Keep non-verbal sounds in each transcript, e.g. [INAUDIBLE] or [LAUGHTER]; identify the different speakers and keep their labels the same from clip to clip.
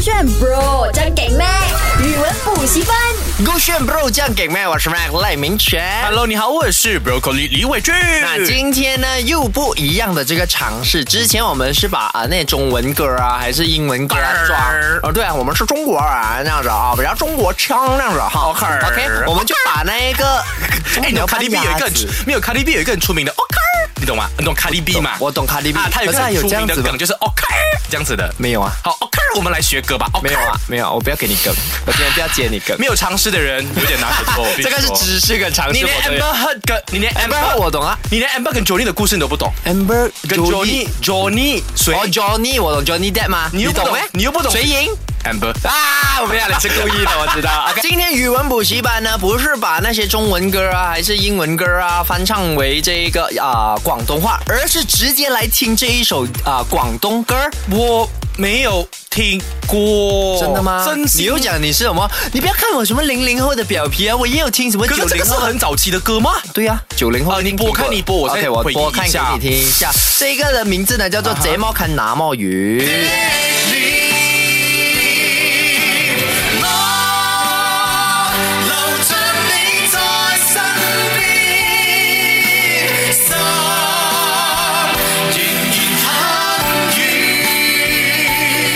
Speaker 1: 炫 Bro 真给力，语文补习班。
Speaker 2: 勾选 bro 酱给麦，我是 Mac 赖明全。
Speaker 3: Hello，你好，我是 Broccoli 李伟俊。
Speaker 2: 那今天呢又不一样的这个尝试，之前我们是把啊那中文歌啊还是英文歌啊
Speaker 3: 当
Speaker 2: 抓
Speaker 3: 然
Speaker 2: 哦对啊，我们是中国人那样子啊，比较中国腔那样子啊哈。
Speaker 3: OK
Speaker 2: OK，我们就把那一个
Speaker 3: [LAUGHS] 哎，你懂卡 a 比有一个很出没有卡 a 比有一个很出名的 OK，你懂吗？你懂卡 a 比吗？
Speaker 2: 我懂卡迪比
Speaker 3: 啊，他有一
Speaker 2: 可是
Speaker 3: 个
Speaker 2: 他
Speaker 3: 很
Speaker 2: 有
Speaker 3: 出
Speaker 2: 这
Speaker 3: 名
Speaker 2: 样
Speaker 3: 的
Speaker 2: 子
Speaker 3: 梗，
Speaker 2: 的，
Speaker 3: 就是 OK 这样子的。
Speaker 2: 没有啊，
Speaker 3: 好，OK，我们来学歌吧。OK，
Speaker 2: 没有啊，没有啊，我不要给你梗，我今天不要接你
Speaker 3: [LAUGHS]
Speaker 2: 梗
Speaker 3: 没。有尝试的人有点拿手错。我必
Speaker 2: [LAUGHS]
Speaker 3: 须
Speaker 2: 这个是
Speaker 3: 说
Speaker 2: 知识跟常
Speaker 3: 你
Speaker 2: 识，
Speaker 3: 连
Speaker 2: 我对
Speaker 3: Amber Heard 跟你连
Speaker 2: Amber Heard 我懂啊
Speaker 3: 你连 Amber 跟 Johnny 的故事你都不懂，
Speaker 2: Amber
Speaker 3: 跟 Johnny Johnny 谁
Speaker 2: 哦 Johnny 我懂 Johnny Depp 吗？
Speaker 3: 你又不懂
Speaker 2: 懂没？
Speaker 3: 你又不懂
Speaker 2: 谁赢？
Speaker 3: Amber？啊
Speaker 2: 啊，我们俩是故意的，我知
Speaker 3: [LAUGHS]
Speaker 2: 道。今天语文补习班呢，不是把那些中文歌啊，还是英文歌啊，翻唱为这个啊、广东话，而是直接来听这一首啊、广东歌。
Speaker 3: 我没有听过，
Speaker 2: 真的吗？
Speaker 3: 哦真
Speaker 2: 你
Speaker 3: 心
Speaker 2: 又讲你是什么？你不要看我什么零零后的表皮啊，我也有听什么
Speaker 3: 可
Speaker 2: 九
Speaker 3: 是这
Speaker 2: 零
Speaker 3: 个是
Speaker 2: 后的。
Speaker 3: 很早期的歌吗？
Speaker 2: 对呀、啊，九零后
Speaker 3: 啊你
Speaker 2: 听过
Speaker 3: 播看你播我再
Speaker 2: OK，我
Speaker 3: 回忆
Speaker 2: 播
Speaker 3: 一
Speaker 2: 看给
Speaker 3: 下啊
Speaker 2: 你听一下。这个的名字呢叫做《睫毛看拿墨鱼》。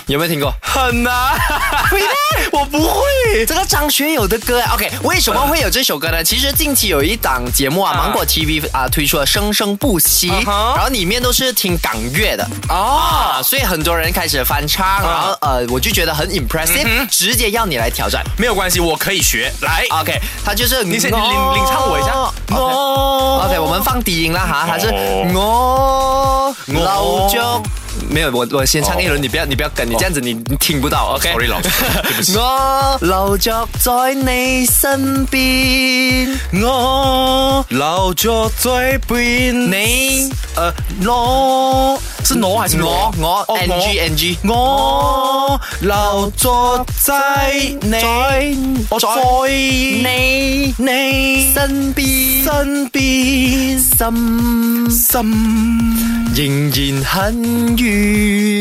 Speaker 2: 有没有听过？
Speaker 3: 很难， [LAUGHS] 我不会。
Speaker 2: [LAUGHS] 这个张学友的歌啊，OK，为什么会有这首歌呢？其实近期有一档节目啊，
Speaker 3: 嗯啊
Speaker 2: 芒果 TV 啊推出了《生生不息》，
Speaker 3: 嗯哼
Speaker 2: 然后里面都是听港乐的啊，
Speaker 3: 哦，
Speaker 2: 所以很多人开始翻唱，然
Speaker 3: 啊
Speaker 2: 后呃，我就觉得很
Speaker 3: 嗯
Speaker 2: impressive，直接要你来挑战。
Speaker 3: 没有关系，我可以学。来
Speaker 2: OK，他就是
Speaker 3: 你先你领
Speaker 2: 我
Speaker 3: 领唱我一下。
Speaker 2: OK
Speaker 3: 哦
Speaker 2: OK，我们放低音啦哈，还是我老就没有我我先唱一轮，你不要你不要跟，你这样子你你听不到 OK。
Speaker 3: sorry 老师，对不起。
Speaker 2: 我留着在你身边，
Speaker 3: 我老着嘴边，
Speaker 2: 你
Speaker 3: 呃，我是我还是
Speaker 2: 我哦我 N G N G
Speaker 3: 我留咗在
Speaker 2: 在
Speaker 3: 你，我在
Speaker 2: 你
Speaker 3: 你
Speaker 2: 身边，
Speaker 3: 身边，
Speaker 2: 心
Speaker 3: 心
Speaker 2: 仍然很远，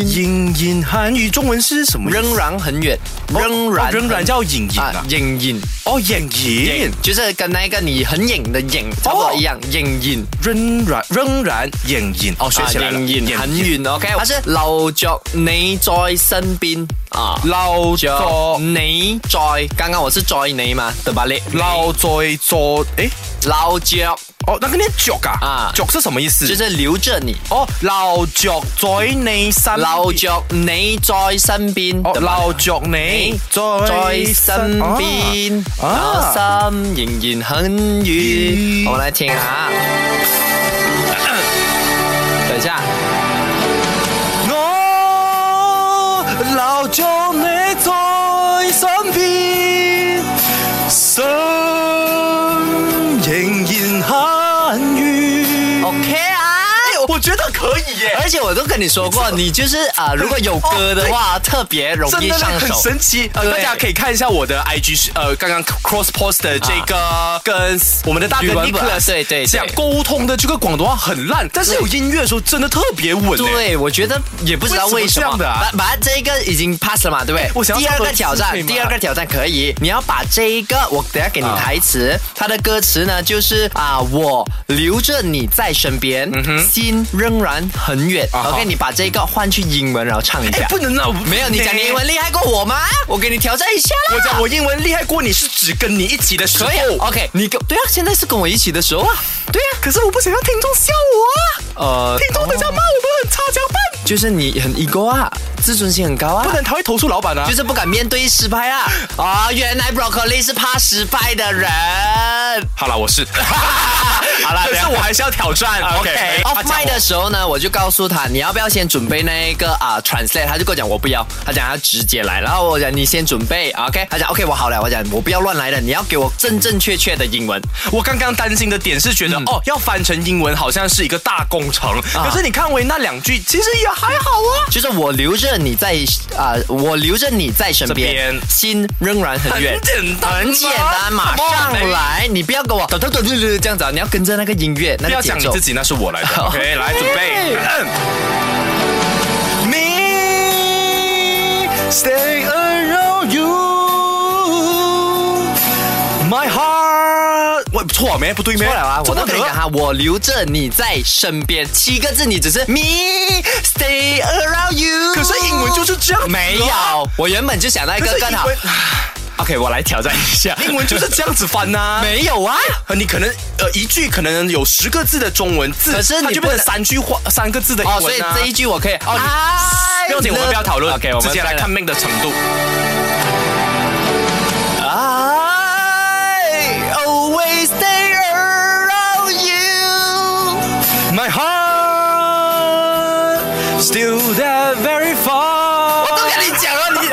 Speaker 3: 隐隐韩语中文是什么意思？
Speaker 2: 仍然很远，仍
Speaker 3: 哦
Speaker 2: 然
Speaker 3: 仍然叫隐隐
Speaker 2: 啊
Speaker 3: 啊，，
Speaker 2: 隐隐
Speaker 3: 哦，隐隐
Speaker 2: 隐，就是跟那个你很隐的隐差不多一样，隐隐。
Speaker 3: 仍然仍然隐隐，哦，学
Speaker 2: À,
Speaker 3: 起来了，
Speaker 2: 啊仍然很远，OK，它是留着你在身边啊，
Speaker 3: 留
Speaker 2: 着
Speaker 3: 咗
Speaker 2: 你在，刚刚我是在你嘛，对吧？你
Speaker 3: 留在做，诶，
Speaker 2: 留着
Speaker 3: 哦，那个念脚
Speaker 2: 啊
Speaker 3: 啊，脚是什么意思？
Speaker 2: 就是留着你，
Speaker 3: 哦，留着在你身，
Speaker 2: 留着你在身边，
Speaker 3: 哦，
Speaker 2: 对吧
Speaker 3: 留着你
Speaker 2: 在身边，然
Speaker 3: 啊
Speaker 2: 后心仍然很远。
Speaker 3: 嗯
Speaker 2: 我们来听啊，等一下，
Speaker 3: 我留着你在身边，心仍然很远。
Speaker 2: OK 啊。
Speaker 3: 我觉得可以耶，
Speaker 2: 而且我都跟你说过，你就是
Speaker 3: [LAUGHS]
Speaker 2: 啊、如果有歌的话，特别容
Speaker 3: 哦真
Speaker 2: 易
Speaker 3: 的
Speaker 2: 上
Speaker 3: 很
Speaker 2: 手。
Speaker 3: 神奇。呃，
Speaker 2: 对
Speaker 3: 大家可以看一下我的 IG 是呃，刚刚 cross post 的这个跟我们的大哥
Speaker 2: 语啊文本
Speaker 3: Nicholas
Speaker 2: 对对对
Speaker 3: 讲沟通的这个广东话很烂，但是有音乐的时候真的特别稳。哎，
Speaker 2: 对，我觉得也不知道为什
Speaker 3: 为什么
Speaker 2: 么。
Speaker 3: 这样的啊哎
Speaker 2: 把把这个已经 pass 了嘛，对不对？
Speaker 3: 我想
Speaker 2: 第
Speaker 3: 要
Speaker 2: 二
Speaker 3: 唱
Speaker 2: 个
Speaker 3: 歌
Speaker 2: 挑
Speaker 3: 可以
Speaker 2: 战，
Speaker 3: 吗
Speaker 2: 第二个挑战可以，你要把这一个，我等一下给你
Speaker 3: 啊
Speaker 2: 台词，它的歌词呢就是啊，我留着你在身边，心仍然很远。
Speaker 3: 嗯啊好
Speaker 2: OK，你把这个换去英文，然后唱一
Speaker 3: 哎
Speaker 2: 下。
Speaker 3: 不能啊，
Speaker 2: 没有，你讲你英文厉害过我吗？我给你挑战一下啦。
Speaker 3: 我讲我英文厉害过你是指跟你一起的时候
Speaker 2: 可以啊，OK，你跟对啊，现在是跟我一起的时候啊，对啊，
Speaker 3: 可是我不想要听众笑我啊，
Speaker 2: 呃，
Speaker 3: 听众等下骂我们很差，怎么办？
Speaker 2: 就是你很 ego 啊，自尊心很高啊
Speaker 3: 不。能，他会投诉老板啊
Speaker 2: 就。是不敢面对失败啊！啊、原来 broccoli 是怕失败的人。
Speaker 3: 好了，我 [LAUGHS] 是，
Speaker 2: 啊
Speaker 3: 啊
Speaker 2: 好啦，
Speaker 3: 可
Speaker 2: 等一
Speaker 3: 是
Speaker 2: 下
Speaker 3: 我还是要挑 [LAUGHS] 战。
Speaker 2: OK。
Speaker 3: 他
Speaker 2: off
Speaker 3: 讲
Speaker 2: mic
Speaker 3: 我
Speaker 2: 的时候呢，我就告诉他，你要不要先准备那个啊、translate？他就跟我讲我不要，他讲他直接来，然后我讲你先准备，OK？他讲 OK，我好了，我讲我不要乱来的，你要给我正正确确的英文。
Speaker 3: 我刚刚担心的点是觉得、哦，要翻成英文好像是一个大工程，
Speaker 2: 啊
Speaker 3: 可是你看维那两句，其实也还好啊。
Speaker 2: 就是我留着你在啊、我留着你在身边，
Speaker 3: 这边
Speaker 2: 心仍然很远，
Speaker 3: 很简单嘛
Speaker 2: 很简单，马上来，你不要跟我哒哒哒哒哒这样子啊，你要跟着那个音乐，那个
Speaker 3: 不要
Speaker 2: 哎节
Speaker 3: 讲你
Speaker 2: 奏
Speaker 3: 自。己，那是我来
Speaker 2: [LAUGHS]
Speaker 3: 的。OK，来准备。你 stay a 错没？不对没？
Speaker 2: 错了啊！我
Speaker 3: 怎
Speaker 2: 都
Speaker 3: 么
Speaker 2: 跟你讲
Speaker 3: 得？
Speaker 2: 哈，我留着你在身边七个字，你只是 me stay around you。
Speaker 3: 可是英文就是这样子啊
Speaker 2: 没有，我原本就想到一
Speaker 3: 可
Speaker 2: 个
Speaker 3: 是
Speaker 2: 更好
Speaker 3: 英。文 OK，我来挑战一下，英文就是这样子翻呐、
Speaker 2: [LAUGHS] 没有啊，
Speaker 3: 呃，你可能呃一句可能有十个字的中文字，
Speaker 2: 可是你
Speaker 3: 它就
Speaker 2: 不
Speaker 3: 变
Speaker 2: 能
Speaker 3: 成三句话三个字的英文、
Speaker 2: 哦，
Speaker 3: 啊、
Speaker 2: 所以这一句我可以哦，你
Speaker 3: 不用紧，我们不要讨论
Speaker 2: OK，我们
Speaker 3: 直接来看。命的程度。
Speaker 2: I always stay around you。
Speaker 3: My heart still that very far。
Speaker 2: 我都跟你讲 [LAUGHS] 了，你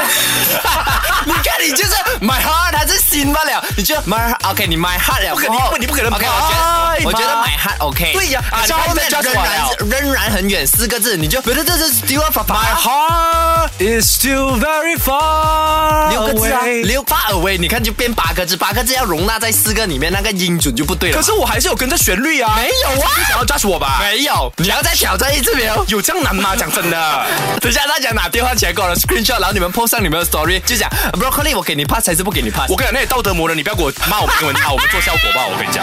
Speaker 2: 你看你就是 my heart 还是心不了，你就 my heart- OK，你 my heart 了，
Speaker 3: 不可
Speaker 2: 过后
Speaker 3: 你不你不可能
Speaker 2: OK，
Speaker 3: my
Speaker 2: 我觉得我觉得
Speaker 3: heart
Speaker 2: my heart OK。
Speaker 3: 对呀
Speaker 2: 啊，
Speaker 3: 你
Speaker 2: 然后
Speaker 3: 看
Speaker 2: 呢
Speaker 3: 人家
Speaker 2: 仍
Speaker 3: 错了
Speaker 2: 然仍然很远四个字，你就觉得这是 still far
Speaker 3: My
Speaker 2: far
Speaker 3: heart is still very far
Speaker 2: 六个字啊，
Speaker 3: away
Speaker 2: 六 far away，你看就变八个字，八个字要容纳在四个里面，那个音准就不对了。
Speaker 3: 可是我还是有跟着旋律啊。
Speaker 2: 没有啊
Speaker 3: 你想要 judge 我吧？
Speaker 2: 没有，你要再挑战一次没有？
Speaker 3: 有这样难吗？讲真的，
Speaker 2: [LAUGHS] 等一下大家拿电话起来给我的 screenshot，然后你们 post 上你们的 story，就讲 broccoli 我给你 pass 还是不给你 pass？
Speaker 3: 我跟你讲，那些道德魔人，你不要给我骂我们英文啊差，我们做效果吧。我跟你讲。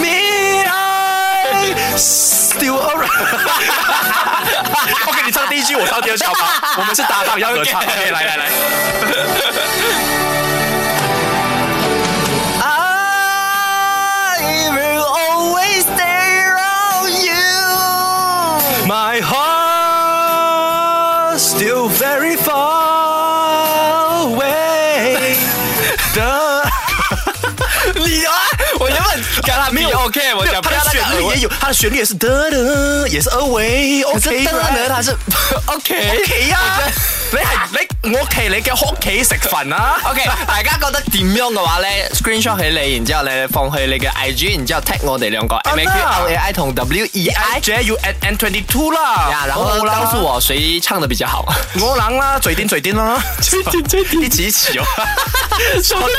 Speaker 3: Me I still around 。OK，你唱第一句，我唱第二句，好
Speaker 2: [LAUGHS]
Speaker 3: 吧？我们是搭档，要合唱。OK，来来来。
Speaker 2: I will always stay around you。
Speaker 3: My heart still very far away 的。
Speaker 2: 你啊，我原本刚刚没有 OK，我啊讲不
Speaker 3: 它的
Speaker 2: 要
Speaker 3: 旋律也有，它的旋律也是的的，也是 away
Speaker 2: 可是
Speaker 3: OK
Speaker 2: 邓安德
Speaker 3: right
Speaker 2: 他是 OK
Speaker 3: OK 呀、你係你我屋企你嘅屋企食飯啊
Speaker 2: OK，大家覺得點樣嘅話咧，screenshot 起你，然之後你放去你嘅 IG，然之後 tag 我哋兩個 M A Q L A I 同 W E I，
Speaker 3: ？J U N N twenty two 啦
Speaker 2: 呀，，然後
Speaker 3: 我
Speaker 2: 告訴
Speaker 3: 哎啦，
Speaker 2: 我誰唱得比較好。
Speaker 3: à, 我冷啦，嘴點嘴點啦，
Speaker 2: 最近最近
Speaker 3: 一起一起哦。
Speaker 2: 什么都见。